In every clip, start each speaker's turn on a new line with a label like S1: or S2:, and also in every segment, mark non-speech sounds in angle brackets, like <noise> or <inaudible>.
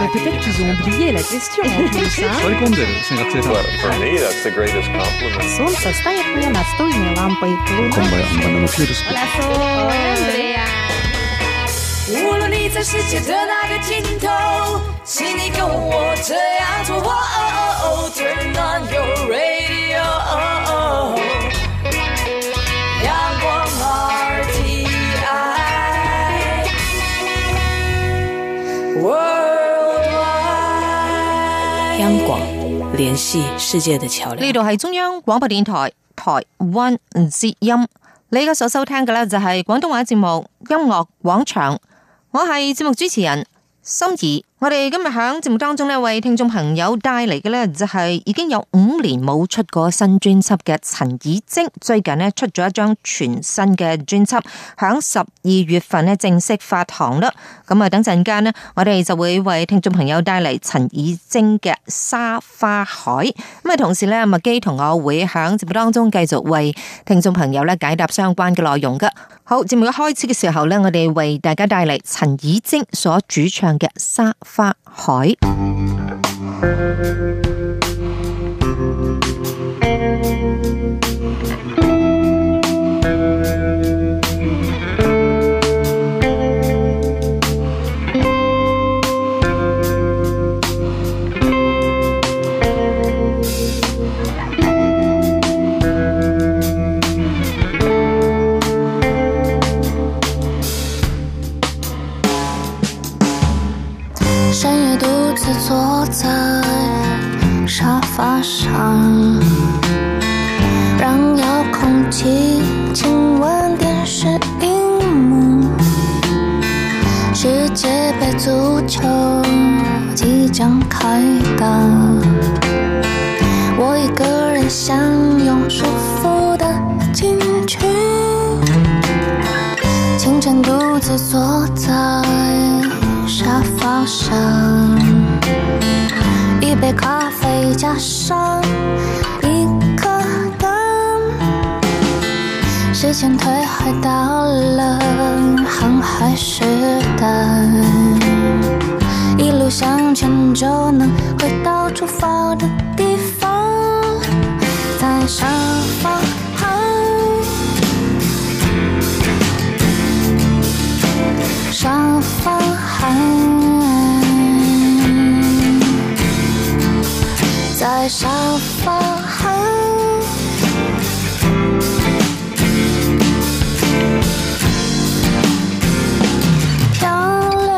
S1: Mais peut-être qu'ils ont oublié la question en plus, hein?
S2: Sorry, 생각세상.
S3: Well, for me, that's the greatest compliment.
S4: Сонце стає настольні лампи. Луна
S2: 뭐야? 만나면 피해줄 수도. 있고.
S5: 无论你在世界的哪个尽头，请你跟我这样做。哦哦哦，Turn on your radio。阳光 RTI。Worldwide。
S6: 央广联系世界的桥梁
S7: 呢。度系中央廣播電台台灣之音，你而家所收聽嘅呢，就係廣東話節目《音樂廣場》，我係節目主持人心儀。我哋今日喺節目當中呢，為聽眾朋友帶嚟嘅呢，就係已經有五年冇出過新專輯嘅陳綺貞，最近呢，出咗一張全新嘅專輯，響十二月份呢正式發行啦。咁啊，等陣間呢，我哋就會為聽眾朋友帶嚟陳綺貞嘅《沙花海》。咁啊，同時咧，麥基同我會喺節目當中繼續為聽眾朋友咧解答相關嘅內容嘅。好，節目一開始嘅時候咧，我哋為大家帶嚟陳綺貞所主唱嘅《沙花海》。
S8: 深夜独自坐在沙发上，让遥控器亲吻电视荧幕，世界杯足球即将开打，我一个人享用舒服的禁区，清晨独自坐在沙发上，一杯咖啡加上一颗蛋，时间推回到了航海时代，一路向前就能回到出发的地方，在沙发海。上方海，在上方海，漂流。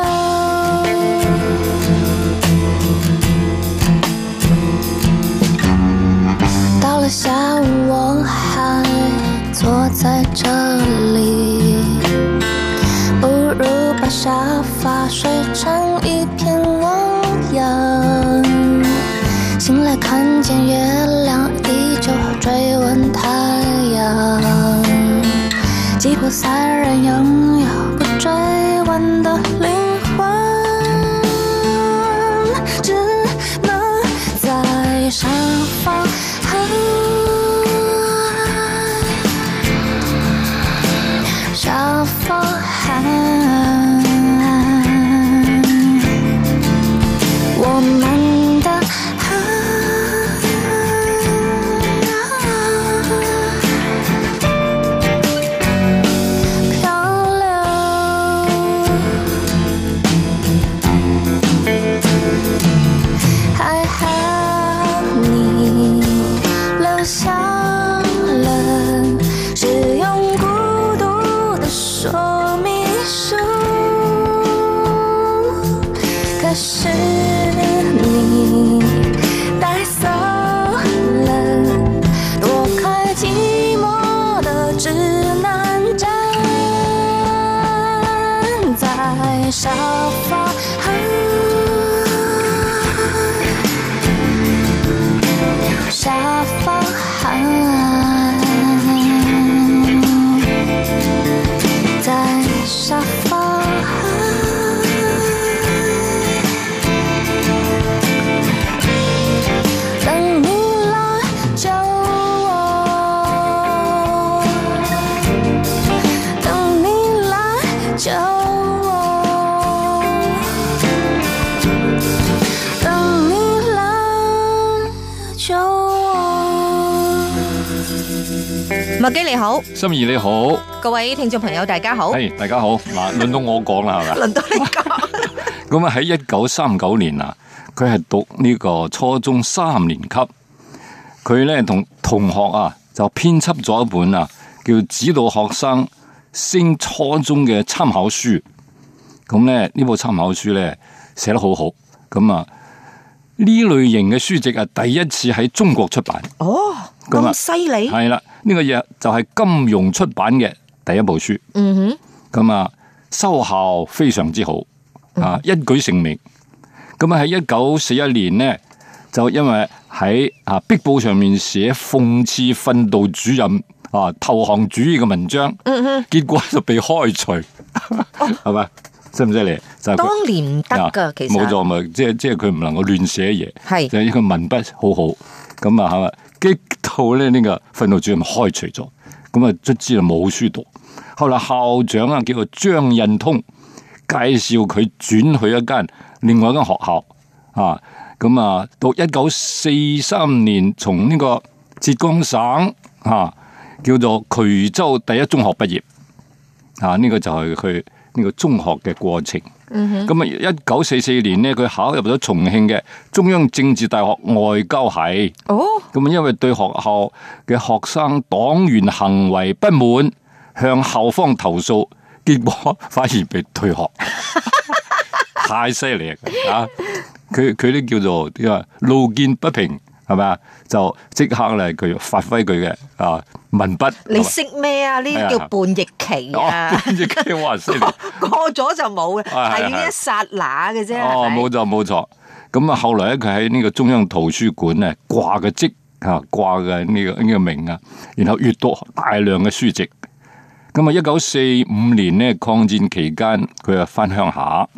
S8: 到了下午，我还坐在这里。不如把沙发睡成一片汪洋。醒来看见月亮依旧追问太阳，击破三人拥有不追问的灵魂，只能在沙发。沙发海，我们的海，漂流。
S7: 麦基你好，
S2: 心怡你好，
S7: 各位聽眾朋友大家好，
S2: 係大家好，嗱，輪到我講啦，
S7: <laughs>
S2: 係咪？
S7: 輪到你講，
S2: <laughs> 咁啊喺一九三九年啊，佢係讀呢個初中三年級，佢咧同同學啊就編輯咗一本啊叫指導學生升初中嘅參考書。咁咧呢部參考書咧寫得好好，咁啊呢類型嘅書籍啊第一次喺中國出版。
S7: 哦，
S2: 咁啊
S7: 咁犀利，
S2: 系啦，呢、個嘢就係金融出版嘅第一部書。嗯哼，咁啊，收效非常之好，啊，一舉成名。咁啊，喺一九四一年呢，就因為喺啊壁報上面寫諷刺訓導主任啊投降主義嘅文章，嗯哼，哦結果就被開除， <laughs> 係咪、犀唔犀利？就係佢
S7: 當年唔得
S2: 啊
S7: 噶，其實
S2: 冇錯，咪即係即係佢唔能夠亂寫嘢，
S7: 係
S2: 就係因為文筆好好，咁啊係嘛，激到咧呢個訓導主任開除咗，咁啊卒之就冇書讀。後來校長啊叫做張印通介紹佢轉去一間另外一間學校啊，咁啊到一九四三年從呢個浙江省啊叫做衢州第一中學畢業。啊，呢、個就係佢呢個中學嘅過程。
S7: 嗯
S2: 咁啊，一九四四年呢，佢考入咗重慶嘅中央政治大學外交系。
S7: 哦，
S2: 咁啊，因為對學校嘅學生黨員行為不滿，向校方投訴，結果 <laughs> 反而被退學， <laughs> 太犀利啦！啊，佢佢啲叫做點啊，路見不平係咪啊？就即刻咧，佢發揮佢嘅啊文筆。
S7: 你識咩啊？呢啲叫叛逆期啊
S2: 哦，， <laughs> 跟住佢話犀利。
S7: <laughs> 過咗就
S2: <laughs>
S7: 冇啦，
S2: 係係
S7: 係呢一剎那嘅啫。
S2: 哦，
S7: 係咪
S2: 冇錯冇錯。咁啊，後來咧，佢喺呢個中央圖書館咧掛嘅職啊，掛嘅呢個呢、個名啊，然後閱讀大量嘅書籍。咁啊，一九四五年呢，抗戰期間，佢啊翻鄉下，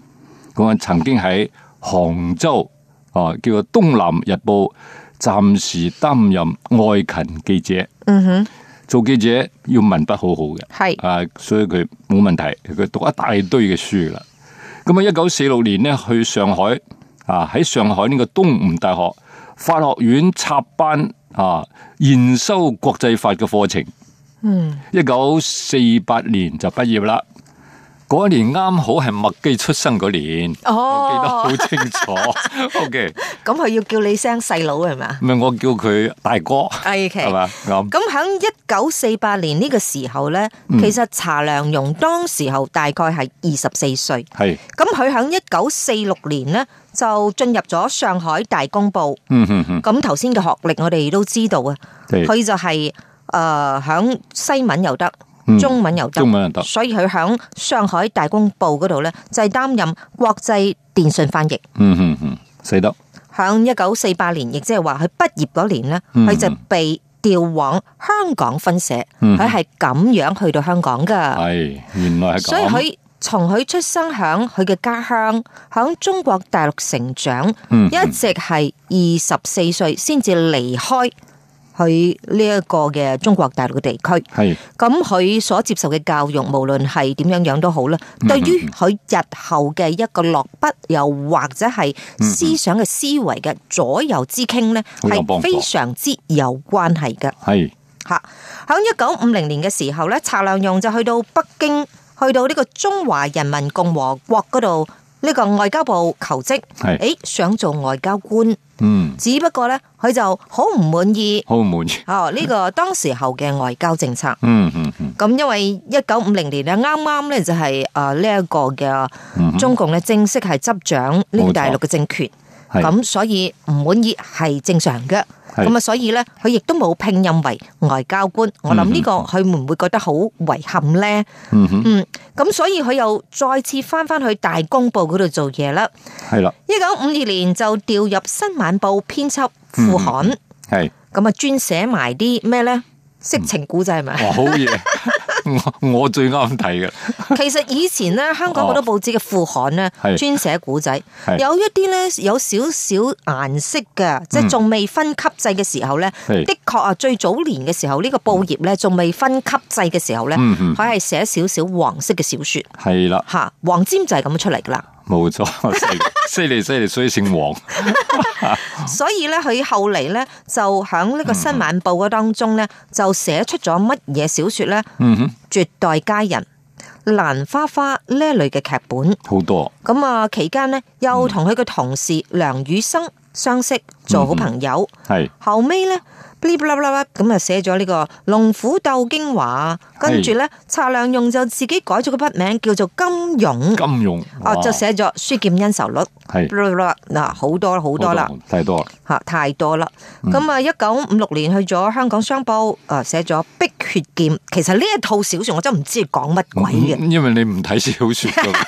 S2: 咁啊曾經喺杭州啊叫做《東南日報》暫時擔任外勤記者。嗯哼，做記者要文筆好好嘅。
S7: 係
S2: 啊，所以佢冇問題，佢讀一大堆嘅書啦。咁啊，一九四六年呢，去上海啊，喺上海呢個東吳大學法學院插班啊，研修國際法嘅課程。嗯，一九四八年就畢業啦。嗰一年啱好係麥基出生嗰年，
S7: 哦
S2: 我，記得好清楚。OK，
S7: 咁佢要叫你聲細佬係咪啊？
S2: 咪我叫佢大哥，
S7: OK
S2: 係嘛啱。
S7: 咁喺一九四八年呢個時候呢，
S2: 嗯
S7: 其實查良鏞當時候大概係二十四歲，
S2: 係，
S7: 咁佢喺一九四六年呢，就進入咗上海大公報。
S2: 嗯嗯嗯，
S7: 咁頭先嘅學歷我哋都知道啊，
S2: 係
S7: 佢就係誒響西文又得
S2: 嗯，
S7: 中文又得，
S2: 中文又得
S7: 所以佢響上海大公報嗰度咧就係擔任國際電訊翻譯。
S2: 嗯嗯嗯，死得，
S7: 響一九四八年，亦即係話佢畢業嗰年咧，
S2: 嗯
S7: 佢就被調往香港分社，
S2: 嗯
S7: 佢係咁樣去到香港噶。
S2: 係原來係咁。
S7: 啊所以佢從佢出生響佢嘅家鄉，響中國大陸成長，
S2: 嗯
S7: 一直係二十四歲先至離開佢呢一個嘅中國大陸嘅地區。
S2: 係
S7: 咁佢所接受嘅教育，無論係點樣樣都好啦，
S2: 嗯
S7: 對於佢日後嘅一個落筆，又或者係思想嘅思維嘅左右之傾呢，
S2: 好有幫助
S7: 係非常之有關係嘅。
S2: 係
S7: 吓，喺一九五零年嘅時候咧，查良鏞就去到北京，去到呢個中華人民共和國嗰度呢個外交部求職，
S2: 係
S7: 誒想做外交官，
S2: 嗯，
S7: 只不過咧佢就好唔滿意
S2: 好唔滿意。
S7: 哦呢、個當時候嘅外交政策。
S2: 嗯嗯嗯，
S7: 咁因為一九五零年咧，啱啱咧就係誒呢一個嘅中共咧正式係執掌呢個大陸嘅政權，
S2: 冇錯係
S7: 咁所以唔滿意係正常嘅。
S2: 係
S7: 咁啊，所以咧，佢亦都冇聘任為外交官。我諗呢個佢會唔會覺得好遺憾咧？
S2: 嗯哼，
S7: 嗯，咁所以佢又再次翻翻去大公報嗰度做嘢啦。
S2: 係啦，
S7: 一九五二年就調入《新晚報》編輯副刊，
S2: 係
S7: 咁啊專寫埋啲咩咧？色情古仔係咪？
S2: 哇，好嘢， <laughs> 我我最啱睇嘅， <laughs>
S7: 其實以前咧，香港好多報紙嘅副刊咧，
S2: 係
S7: 專寫古仔，
S2: 係
S7: 有一啲咧有少少顏色
S2: 嗯
S7: 嘅，即係仲未分級制嘅時候咧，
S2: 係
S7: 的確啊，最早年嘅時候呢個報業咧仲未分級制嘅時候咧，
S2: 嗯嗯
S7: 佢係寫少少黃色嘅小說
S2: 係啦，
S7: 吓，黃霑就係咁出嚟噶啦，
S2: 冇錯，犀利犀
S7: <laughs>
S2: 利犀利，所以姓黃。哦
S7: 所以咧，佢後嚟咧就喺呢個新晚報嘅當中咧，就寫出咗乜嘢小說咧？
S2: 嗯哼，
S7: 絕代佳人、蘭花花呢一類嘅劇本。
S2: 好多
S7: 咁啊，期間呢，
S2: 嗯
S7: 又同佢嘅同事梁羽生相識，做好朋友。
S2: 係
S7: 後尾呢，噼哩啪啦啪啦咁啊，寫咗呢個《龍虎鬥京華》，跟住呢，查良鏞就自己改咗個筆名叫做金庸，
S2: 金融。
S7: 哦
S2: 哇
S7: 就寫咗《書劍恩仇錄》。
S2: 係
S7: 噼哩啪啦嗱，好多好
S2: 好
S7: 多啦。
S2: 太多嗯啦。
S7: 吓太多啦。咁啊，一九五六年去咗香港商報，啊寫咗《碧血劍》。其實呢一套小說我真係唔知講乜鬼嘅。
S2: 嗯因為你唔睇小説㗎
S7: <laughs>
S2: 嘛，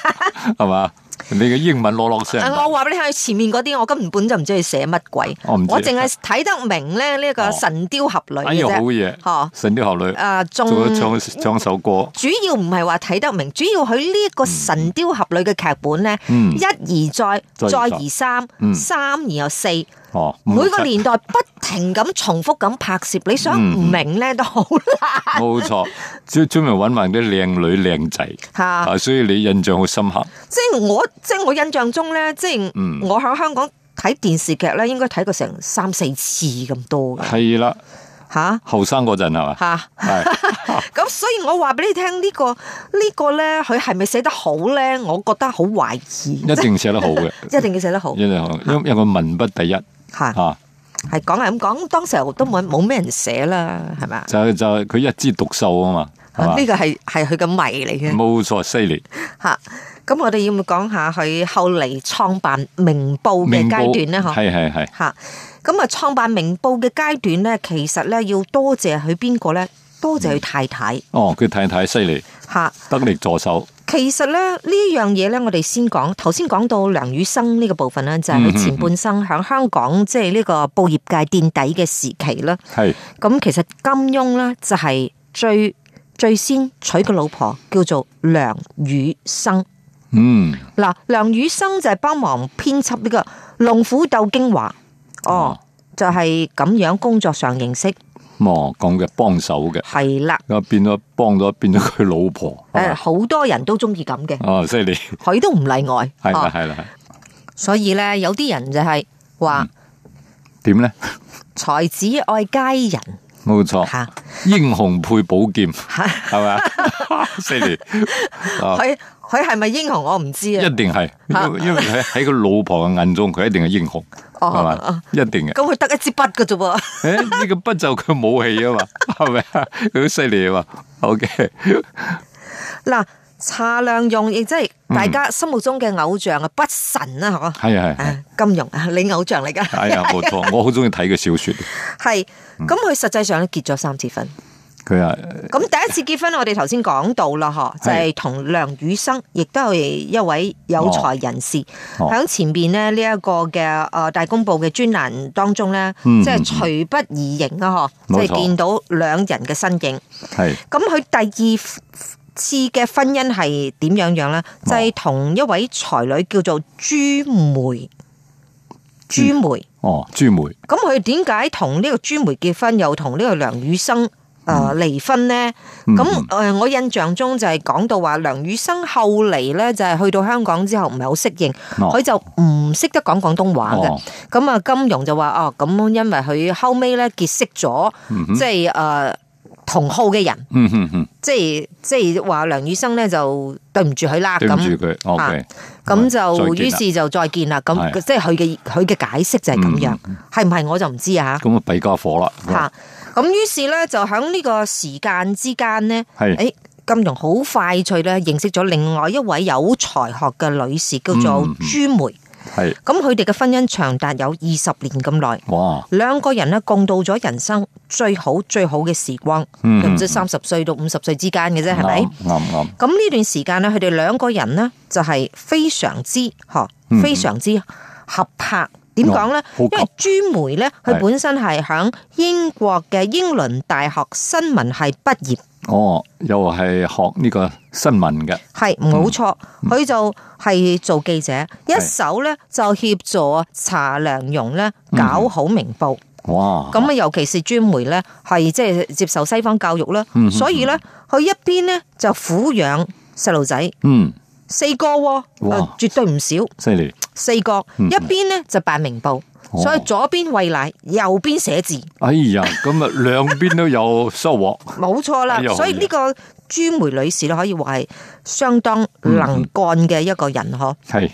S2: 係嘛？你嘅英文攞落聲。
S7: 啊我話俾你聽，前面嗰啲我根本就唔知佢寫乜鬼，
S2: 我哦唔知啊
S7: 我淨係睇得明咧呢個
S2: 哦
S7: 《神雕俠侶》
S2: 哎
S7: 嘅
S2: 呀，好
S7: 啫。
S2: 嘢！
S7: 嚇
S2: 神雕俠侶
S7: 啊仲
S2: 做咗唱唱首歌，
S7: 主要唔係話睇得明，主要佢呢個《神雕俠侶》嘅劇本咧，
S2: 嗯
S7: 一而再，
S2: 再而三
S7: 再而三，
S2: 嗯
S7: 三而又四，
S2: 哦，
S7: 每個
S2: 冇
S7: 年代不停咁重複咁拍攝，你想唔明咧都好
S2: 錯
S7: 難
S2: 冇錯，
S7: <laughs>
S2: 專專門揾埋啲靚女靚仔，
S7: 嚇。
S2: 啊，所以你印象好深刻，
S7: 即係我即係我印象中咧，即係
S2: 嗯
S7: 我喺香港睇電視劇咧，應該睇過成三四次咁多嘅
S2: 係啦，
S7: 吓
S2: 後生嗰陣係嘛，
S7: 吓。
S2: 係
S7: 咁所以我話俾你聽，呢個呢個咧，佢係咪寫得好咧？我覺得好懷疑，
S2: 一定寫得好嘅，
S7: 一定要寫得 <laughs> 好啊
S2: 一定好，因因為文筆第一
S7: 吓，
S2: 啊，
S7: 係講係咁講，當時候都冇冇咩人寫啦，係咪啊？
S2: 就就佢一枝獨秀啊嘛，嗯係
S7: 呢
S2: 嘛，
S7: 個係係佢嘅迷嚟嘅
S2: 冇錯，犀利，
S7: 吓。咁我哋要唔要講下佢後嚟創辦明報嘅
S2: 明
S7: 階段咧？嗬。
S2: 係係係，
S7: 吓，咁啊創辦明報嘅階段咧，其實咧要多謝佢邊個咧？多謝佢太太
S2: 哦，佢太太犀利，
S7: 吓。
S2: 得力助手，
S7: 其實咧呢一樣嘢咧，我哋先講頭先講到梁羽生呢個部分咧，就係佢前半生喺香港即係呢個報業界墊底嘅時期啦。
S2: 係
S7: 咁其實金庸咧就係最最先娶個老婆叫做梁羽生。
S2: 嗯，
S7: 嗱，梁羽生就係幫忙編輯呢個《龍虎鬥京華》，哦，就係咁樣工作上認識，
S2: 哦，講嘅幫手嘅，
S7: 係啦，
S2: 咁啊變咗幫咗變咗佢老婆，係
S7: 誒，
S2: 嘛
S7: 好多人都中意咁嘅，
S2: 哦，犀利，係
S7: 佢都唔例外，
S2: 啦
S7: 啊，
S2: 係啦，係
S7: 所以咧有啲人就係話
S2: 點咧？
S7: 才子愛佳人
S2: 冇錯。
S7: 吓，
S2: 英雄配寶劍，係咪啊？犀利，啊
S7: 佢佢係咪英雄我唔知
S2: 一
S7: 啊，
S2: 定係，
S7: 嚇
S2: 因為因為佢喺個老婆嘅眼中，佢一定係英雄，
S7: 哦
S2: 係嘛
S7: 哦？
S2: 一定嘅。
S7: 咁佢得一支筆嘅啫噃，
S2: 誒，呢個不就佢武器啊嘛，係咪啊？佢好犀利啊嘛。OK，
S7: 嗱。查良鏞亦即係
S2: 嗯
S7: 大家心目中嘅偶像啊，筆神
S2: <laughs>
S7: 啊，嗬，
S2: 係啊係啊。
S7: 啊金庸啊，你偶像嚟噶，
S2: 哎呀，冇錯，嗯我好中意睇嘅小說。
S7: <laughs> 係，咁佢實際上結咗三次婚。
S2: 佢啊，
S7: 咁第一次結婚，我哋頭先講到啦，嗬，就係同梁羽生，亦都係一位有才人士。
S2: 哦
S7: 喺前面咧呢一個嘅誒大公報嘅專欄當中咧，
S2: 嗯
S7: 即係隨不而形啊，
S2: 冇
S7: 嗬，
S2: 錯
S7: 即係見到兩人嘅身影。
S2: 係
S7: 咁佢第二次嘅婚姻係點樣樣咧？
S2: 哦
S7: 就係同一位才女叫做朱梅，朱梅。
S2: 哦，朱梅
S7: 咁佢點解同呢個朱梅結婚，又同呢個梁羽生誒離婚呢？
S2: 嗯
S7: 咁誒、呃我印象中就係講到話梁羽生後嚟呢，就係、去到香港之後唔係好適應，
S2: 哦
S7: 佢、就唔識得講廣東話
S2: 哦
S7: 嘅。咁啊、金庸就話哦，咁因為佢後尾呢結識咗，即係誒、呃同好嘅人，
S2: 嗯哼哼，
S7: 即係即係話梁羽生呢就對唔住佢啦
S2: 對唔
S7: 咁。啊
S2: 住佢。OK，哦
S7: 咁就
S2: 再見
S7: 於
S2: 啦
S7: 是就再見啦。咁
S2: 係
S7: 即係佢嘅佢嘅解釋就係咁樣，係唔係我就唔知啊
S2: 咁啊，弊家伙啦。
S7: 吓吓。咁於是咧就喺呢個時間之間咧，
S2: 係
S7: 誒金融好快脆咧認識咗另外一位有才學嘅女士叫做
S2: 嗯嗯
S7: 朱梅。
S2: 係
S7: 咁佢哋嘅婚姻長達有二十年咁耐。
S2: 哇，
S7: 兩個人咧共度咗人生最好最好嘅時光，
S2: 嗯
S7: 唔知三十歲到五十歲之間嘅啫，係咪
S2: 啱？啱啱，
S7: 咁呢段時間咧，佢哋兩個人呢，就係非常之嗬，非常之合拍。點講呢？
S2: 嗯哦好
S7: 因
S2: 夾
S7: 為朱梅呢，佢
S2: 係
S7: 本身係響英國嘅英倫大學新聞系畢業，
S2: 哦，又係學呢個新聞嘅。
S7: 係冇錯。
S2: 嗯
S7: 佢就係做記者，一手呢就協助查良鏞呢搞好明報。
S2: 嗯哇，
S7: 咁啊，尤其是專媒咧，係即係接受
S2: 嗯
S7: 西方教育啦，所以咧，佢一邊咧就撫養細路仔，
S2: 嗯，
S7: 四個喎，
S2: 哇
S7: 呃絕對唔少，
S2: 犀利，
S7: 四個。一邊呢就扮明報，
S2: 嗯哦
S7: 所以左邊喂奶，右邊寫字，
S2: 哎呀，咁啊兩邊都有收穫， <laughs>
S7: 冇錯啦
S2: 哎呀。
S7: 所以呢個朱梅女士咧，可以話係相當能幹嘅一個人嗬。
S2: 係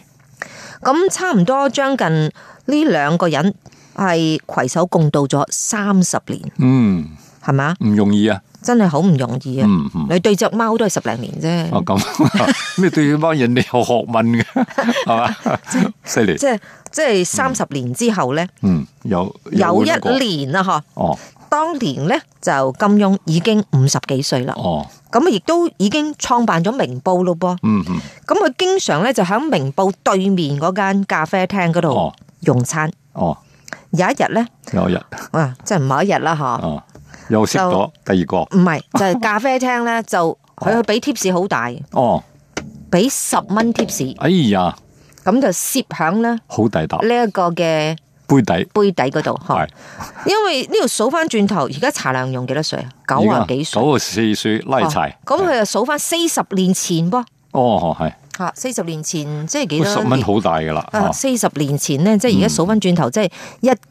S7: 咁差唔多將近呢兩個人係攜手共度咗三十年，
S2: 嗯
S7: 係嘛？
S2: 唔容易啊，
S7: 真係好唔容易啊！
S2: 嗯嗯，
S7: 你對只貓都係十零年
S2: 哦
S7: 啫，
S2: 咁， <laughs> 咩對幫人哋有學問嘅， <laughs> 係
S7: <laughs>
S2: 嘛，犀利，
S7: 即係即係三十年之後呢，
S2: 嗯，有
S7: 有一
S2: 呢個，
S7: 年啦嗬，
S2: 哦
S7: 當年呢，就金庸已經五十幾歲啦，
S2: 哦，
S7: 咁啊亦都已經創辦咗明報咯噃，
S2: 嗯嗯，
S7: 咁佢經常呢，就喺明報對面嗰間咖啡廳嗰度
S2: 哦
S7: 用餐。
S2: 哦，
S7: 有一日呢，
S2: 有一日，
S7: 啊，即係唔係一日啦嗬，
S2: 哦，又識咗第二個，
S7: 唔係就係咖啡廳呢， <laughs> 就佢去俾 tips 好大，
S2: 哦，
S7: 俾十蚊 tips，
S2: 哎呀，
S7: 咁就攝響咧
S2: 好抵搭，
S7: 呢一個嘅
S2: 杯底
S7: 杯底嗰度嗬
S2: 係。。
S7: 因為呢度數翻轉頭，而家茶量用幾多歲啊？九啊幾歲？
S2: 九啊四歲拉柴
S7: 哦。咁佢就數翻四十年前噃，
S2: 哦，係
S7: 吓四十年前即係幾多
S2: 十
S7: 年？
S2: 蚊好大噶啦。哦
S7: 啊！
S2: 嚇
S7: 四十年前呢，即係而家數翻轉頭，即係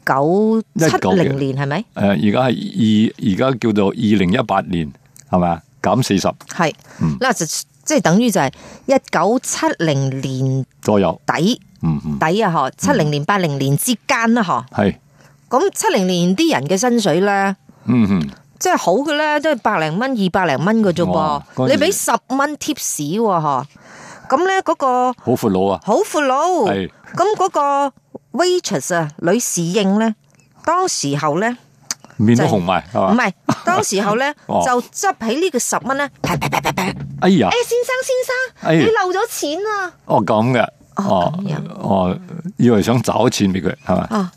S7: 一九七
S2: 19
S7: 零年，係咪？
S2: 誒，而家係二而家叫做二零一八年，係咪啊？減四十
S7: 係嗱，就即係等於就係一九七零年
S2: 左右。
S7: 底
S2: 嗯嗯，
S7: 底啊，嗬，七零年八零年之間啦，嗬。
S2: 係。
S7: 咁七零年啲人嘅薪水咧，
S2: 嗯嗯，
S7: 即係好嘅咧，都係百零蚊、二百零蚊嘅啫
S2: 哇嗰陣
S7: 噃。
S2: 時
S7: 你俾十蚊 tips 喎，嗬。咁咧嗰個
S2: 好闊佬啊。
S7: 好闊佬，
S2: 係
S7: 咁嗰個 waitress 啊，女侍應咧，當時候咧，
S2: 面都
S7: 就係
S2: 紅埋
S7: 唔
S2: 係嘛？ <laughs>
S7: 係，當時候咧
S2: 啊哦
S7: 就執起呢個十蚊咧，啪啪啪啪啪，誒
S2: 哎呀，
S7: 先生先生，
S2: 哎
S7: 你漏咗錢啊！
S2: 哦咁嘅，
S7: 哦
S2: 哦
S7: 咁樣
S2: 哦，以為想找錢俾佢係嘛？
S7: 啊，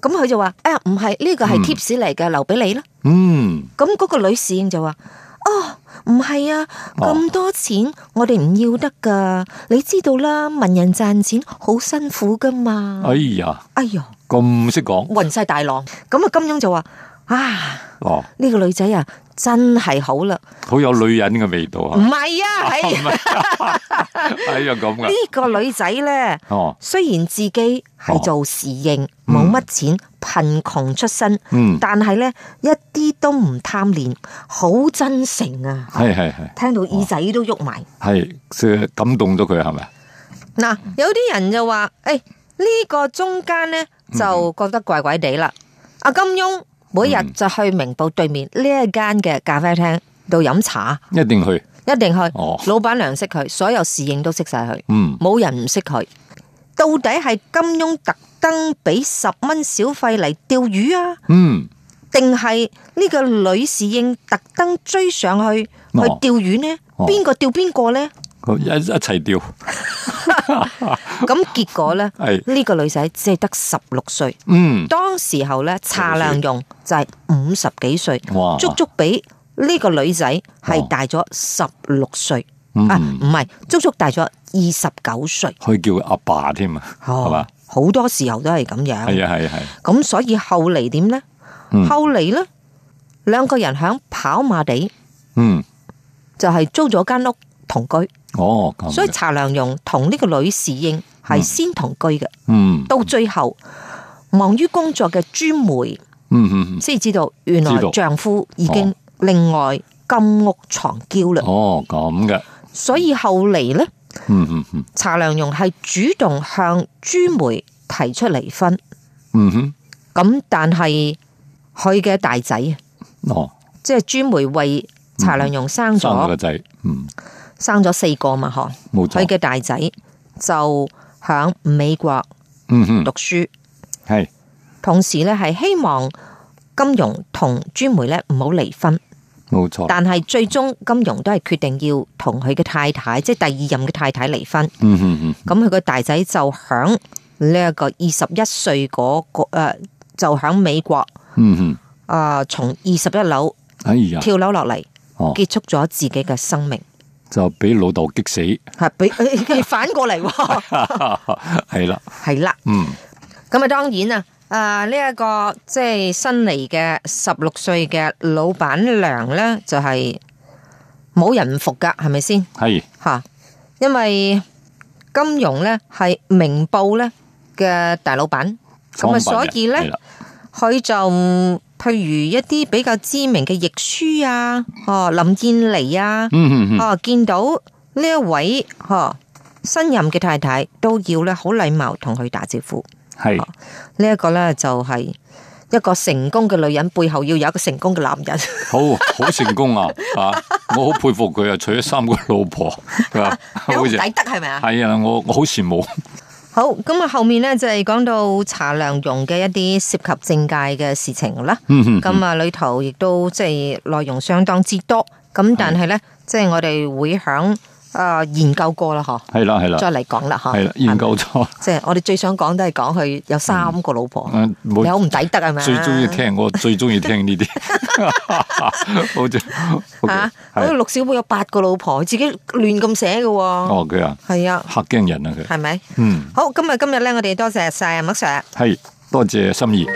S7: 咁佢就話：誒唔係呢個係 tips 嚟嘅，留俾你啦。
S2: 嗯，
S7: 咁嗰個女侍應就話：哦，唔係啊，
S2: 哦
S7: 咁多錢我哋唔要得噶，你知道啦，文人賺錢好辛苦噶嘛。
S2: 哎呀，
S7: 哎呀，
S2: 咁識講
S7: 暈晒大浪。咁啊，金庸就話：啊！
S2: 哦，
S7: 呢個女仔啊，真係好啦，
S2: 好有女人嘅味道
S7: 唔
S2: 啊！
S7: 係啊，
S2: <laughs> 唔
S7: 係
S2: 係啊，哎呀咁
S7: 呢
S2: 嘅，
S7: 個女仔咧，
S2: 哦，
S7: 雖然自己係做侍應，
S2: 嗯
S7: 冇乜錢，貧窮出身，
S2: 嗯，
S7: 但係咧一啲都唔貪戀，好真誠啊！
S2: 係係係。
S7: 聽到耳仔都喐
S2: 哦
S7: 埋。
S2: 系，所以感動咗佢係咪？
S7: 嗱，有啲人就話：，誒、呢、個中間咧
S2: 嗯
S7: 就覺得怪怪地啦。阿金庸每日就去明報對面呢一間嘅咖啡廳度飲茶，
S2: 一定去，
S7: 一定去。
S2: 哦
S7: 老闆娘識佢，所有侍應都識晒佢。
S2: 嗯，
S7: 冇人唔識佢。到底係金庸特登俾十蚊小費嚟釣魚啊，
S2: 嗯，
S7: 定係呢個女侍應特登追上去去
S2: 哦
S7: 釣魚呢？
S2: 哦
S7: 邊個釣邊個
S2: <laughs>
S7: 呢？
S2: 佢一一齊掉，
S7: 咁結果呢，
S2: 係
S7: 呢個女仔只係得十六歲，
S2: 嗯，
S7: 當時候呢，查良用就係五十幾歲，
S2: 哇，
S7: 足足比呢個女仔係
S2: 哦
S7: 大咗十六歲，
S2: 嗯
S7: 啊唔係，足足大咗二十九歲，
S2: 可以叫佢阿爸添啊，
S7: 哦
S2: 係嘛？
S7: 好多時候都係咁樣。
S2: 係啊係啊係，
S7: 咁所以後嚟點呢？
S2: 嗯
S7: 後嚟呢，兩個人響跑馬地
S2: 嗯，
S7: 就係租咗間屋同居，
S2: 哦咁嘅，
S7: 所以查良鏞同呢個女侍應係先同居嘅。
S2: 嗯
S7: 到最後忙於工作嘅朱梅
S2: 嗯嗯，嗯
S7: 先知道，原來
S2: 知道
S7: 丈夫已經另外金屋藏嬌啦。
S2: 哦咁嘅，
S7: 所以後嚟呢，
S2: 嗯嗯嗯
S7: 查良鏞係主動向朱梅提出離婚。
S2: 嗯哼，
S7: 咁但係佢嘅大仔啊
S2: 哦，
S7: 即係專梅為查良鏞生
S2: 嗯生咗
S7: 咗
S2: 個仔，嗯，
S7: 生咗四個嘛，嗬。
S2: 冇
S7: 佢
S2: 錯，
S7: 嘅大仔就響美國
S2: 嗯哼
S7: 讀，書，
S2: 係，
S7: 同時咧係希望金融同專梅咧唔好離婚，
S2: 哦冇錯，
S7: 但係最終金融都係決定要同佢嘅太太，即係第二任嘅太太離婚。
S2: 嗯嗯嗯，
S7: 咁佢個大仔就響呢一個二十一歲嗰個呃就響美國
S2: 嗯嗯，
S7: 啊，從二十一樓
S2: 哎呀，
S7: 跳樓落嚟，
S2: 哦，
S7: 結束咗自己嘅生命。
S2: 就俾老豆激
S7: <laughs>
S2: 死，
S7: 系俾係反過嚟
S2: <laughs>
S7: 喎，
S2: 係啦，
S7: 係啦。
S2: 嗯，
S7: 咁啊，當然啊，啊呢一個即係新嚟嘅十六歲嘅老闆娘咧，就係冇人唔服噶，係咪先
S2: 係，
S7: 吓？因為金融咧係明報咧嘅大老闆，咁啊，所以
S2: 係
S7: 咧
S2: 啦
S7: 佢就嗯譬如一啲比較知名嘅譯書啊，哦林燕妮啊，
S2: 嗯嗯嗯，
S7: 哦見到呢一位哦新任嘅太太都要咧好禮貌同佢打招呼。
S2: 係
S7: 呢一個咧就係一個成功嘅女人背後要有一個成功嘅男人，
S2: 好好成功
S7: <laughs>
S2: 啊！啊，我好佩服佢啊，娶咗三個老婆，啊
S7: <laughs> 你好
S2: 好
S7: 抵
S2: 似
S7: 得係咪啊？
S2: 係啊，我我好羨慕，
S7: 好，咁啊後面咧就係講到查良鏞嘅一啲涉及政界嘅事情啦。
S2: 嗯嗯
S7: 咁啊裏頭亦都即係內容相當之多。
S2: 嗯
S7: 咁但係咧，即係我哋會響啊研究過啦，嗬，
S2: 係啦係啦
S7: 再啊嚟講啦，嗬。
S2: 啊係啦，
S7: 咪
S2: 研究。咗，
S7: 即係我哋最想講都係講佢有三個老婆，
S2: 嗯冇
S7: 你好唔抵得係咪啊
S2: 最中意聽我最中意聽呢
S7: <laughs>
S2: 啲，好似
S7: 吓，好
S2: OK，
S7: 似
S2: 係
S7: 陸小寶有八個老婆，自己亂咁寫嘅喎。
S2: 哦佢啊
S7: 係啊，
S2: 嚇驚人啊佢，
S7: 係咪？
S2: 嗯
S7: 好，今日今日咧，我哋多謝晒阿麥 Sir。
S2: 係多謝心怡。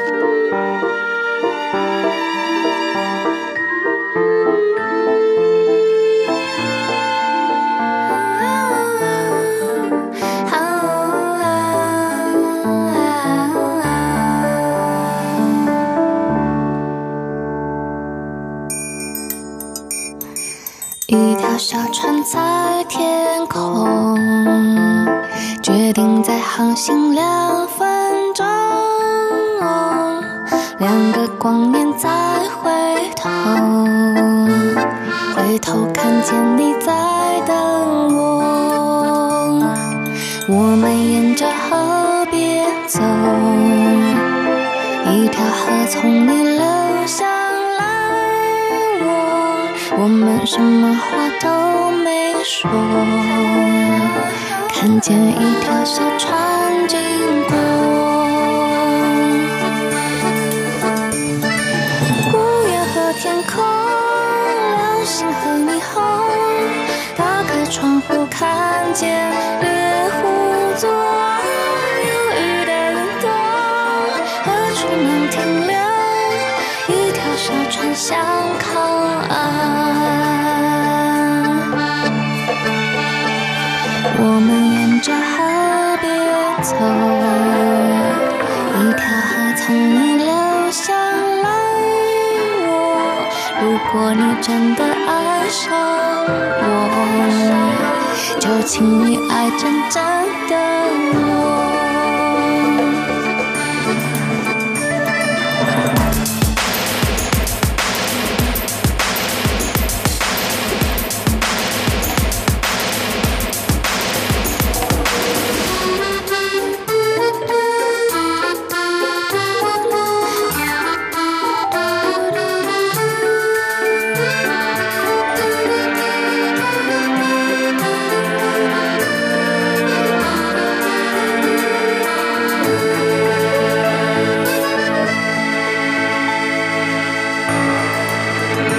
S8: 一条小船在天空，决定再航行两分钟。两个光年再回头，回头看见你在等我。我们沿着河边走，一条河从你流向了我，我们什么话都没说，看见一条小船经过。五月和天空，流星和霓虹。打开窗户，看见猎户座。忧郁的云朵，何处能停留？一条小船向靠岸。我们沿着河边走，一条河从你流向了我。如果你真的爱上我，就请你爱真正的我。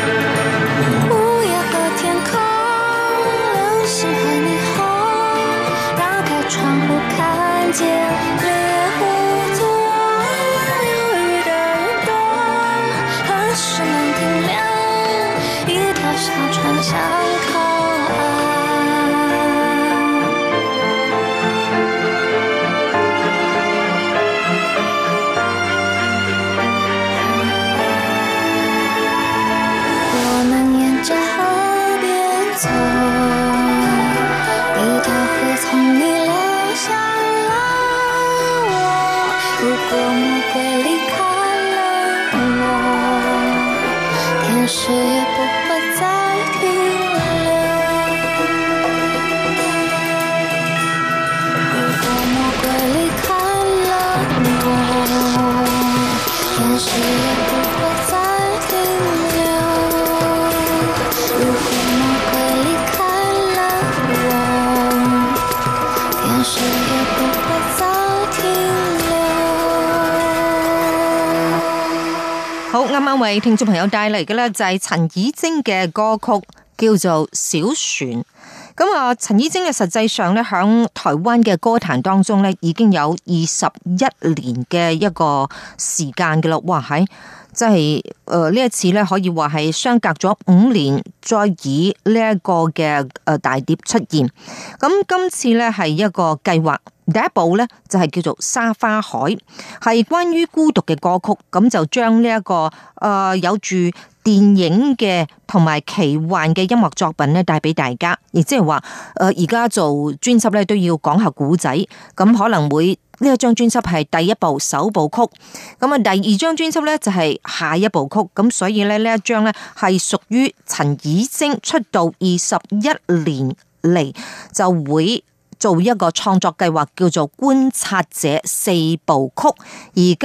S8: 五月和天空，流星和霓虹。打开窗户，看见猎户座，忧郁的云朵，何时能停留？一条小船向靠岸。我们沿着河边走，一条河从你流向了我。如果魔鬼离开了我，天使也不会再停留。如果魔鬼离开了我。天使也不会再停留。如果魔鬼离开了我，天使也不会再停留。
S7: 好，啱啱為聽眾朋友帶嚟嘅咧就係陳綺貞嘅歌曲，叫做《小船》。咁啊，陳依晶嘅實際上咧，響台灣嘅歌壇當中咧，已經有二十一年嘅一個時間嘅啦。哇，喺即係誒呃呢一次咧，可以話係相隔咗五年，再以呢一個嘅誒大碟出現。咁今次咧係一個計劃，第一部咧就係叫做《沙花海》，係關於孤獨嘅歌曲，咁就將呢一個誒、呃有住電影嘅同埋奇幻嘅音樂作品咧帶俾大家，亦即係話呃誒而家做專輯咧都要講下古仔，咁可能會。呢一張專輯係第一部首部曲，咁啊第二張專輯咧就係下一部曲，咁所以咧呢一張咧係屬於陳以晶出道二十一年嚟就會做一個創作計劃，叫做《觀察者四部曲》，而今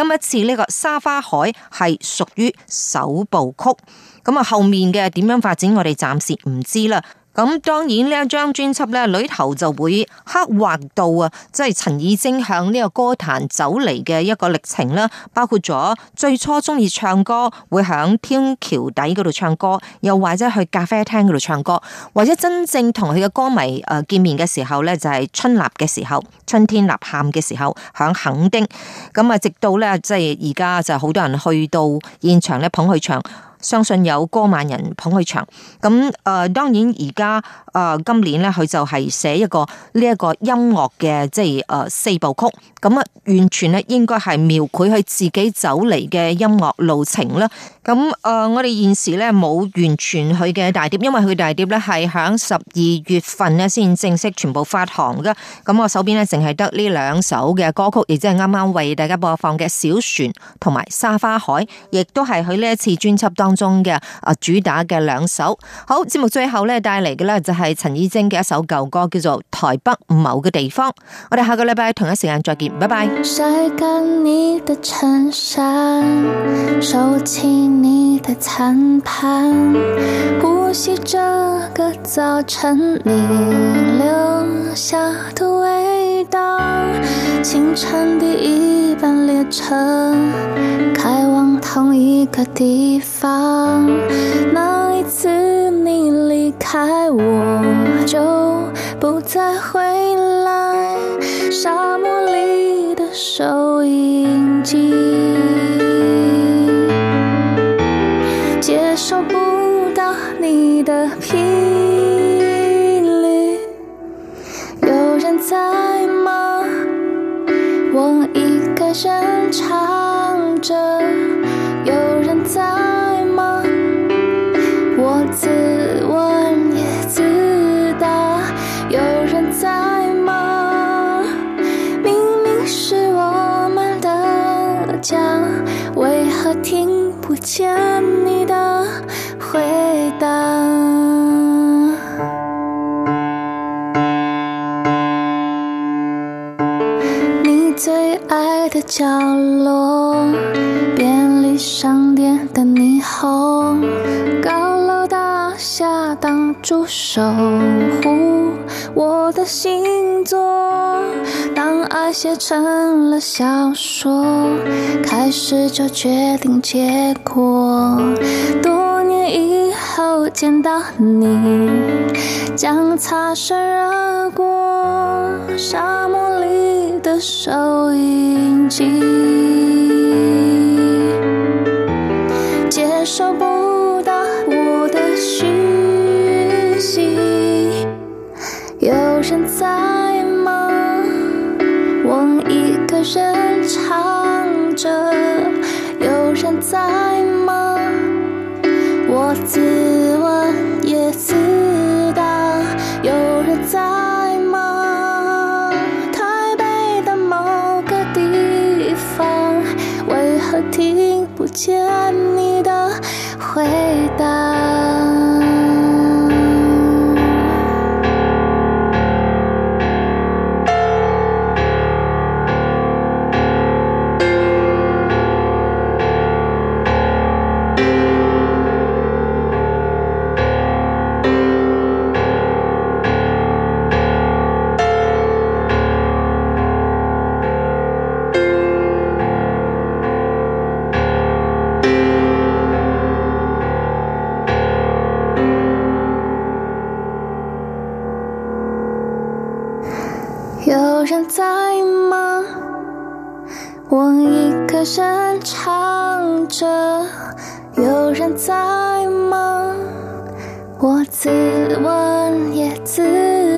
S7: 一次呢個沙花海係屬於首部曲。咁啊，後面嘅點樣發展，我哋暫時唔知啦。咁當然呢一張專輯咧，裏頭就會刻畫到啊，即係陳以晶向呢個歌壇走嚟嘅一個歷程啦，包括咗最初中意唱歌，會響天橋底嗰度唱歌，又或者去咖啡廳嗰度唱歌，或者真正同佢嘅歌迷誒見面嘅時候咧，就係、春立嘅時候，春天吶喊嘅時候，響墾丁。咁啊，直到咧即係而家就好多人去到現場咧捧佢場。相信有過萬人捧佢場，咁誒、呃、當然而家誒今年咧，佢就係寫一個呢一個音樂嘅即係誒、呃四部曲，咁啊完全咧應該係描繪佢自己走嚟嘅音樂路程啦。咁誒、呃我哋現時咧冇完全佢嘅大碟，因為佢大碟咧係響十二月份咧先正式全部發行嘅。咁我手邊咧淨係得呢兩首嘅歌曲，亦即係啱啱為大家播放嘅《小船》同埋《沙花海》，亦都係佢呢一次專輯當中嘅啊主打嘅兩首。好，節目最後咧帶嚟嘅咧就係陳綺貞嘅一首舊歌，叫做《台北某個地方》。我哋下個禮拜同一時間再見，拜拜。
S8: 晒干你的衬衫，收起你的餐盘，呼吸这个早晨你留下的味道。清晨第一班列车开往同一个地方，那一次你离开我就不再回来。沙漠里的收音机，接收不到你的频率。有人在吗？我一个人唱着。有人在吗？我自问也自答，有人在吗？明明是我们的家，为何听不见你的回答？你最爱的角落，便利商店的霓虹，高楼大厦挡住守护我的星座。当爱写成了小说，开始就决定结果。多年以后见到你，将擦身而过，沙漠里的收音机，接收不到我的讯息，有人在吗？我一个人唱着，有人在吗？我自问也自答，有人在吗？台北的某个地方，为何听不见你的回答？人在吗？我一个人唱着，有人在吗？我自问也自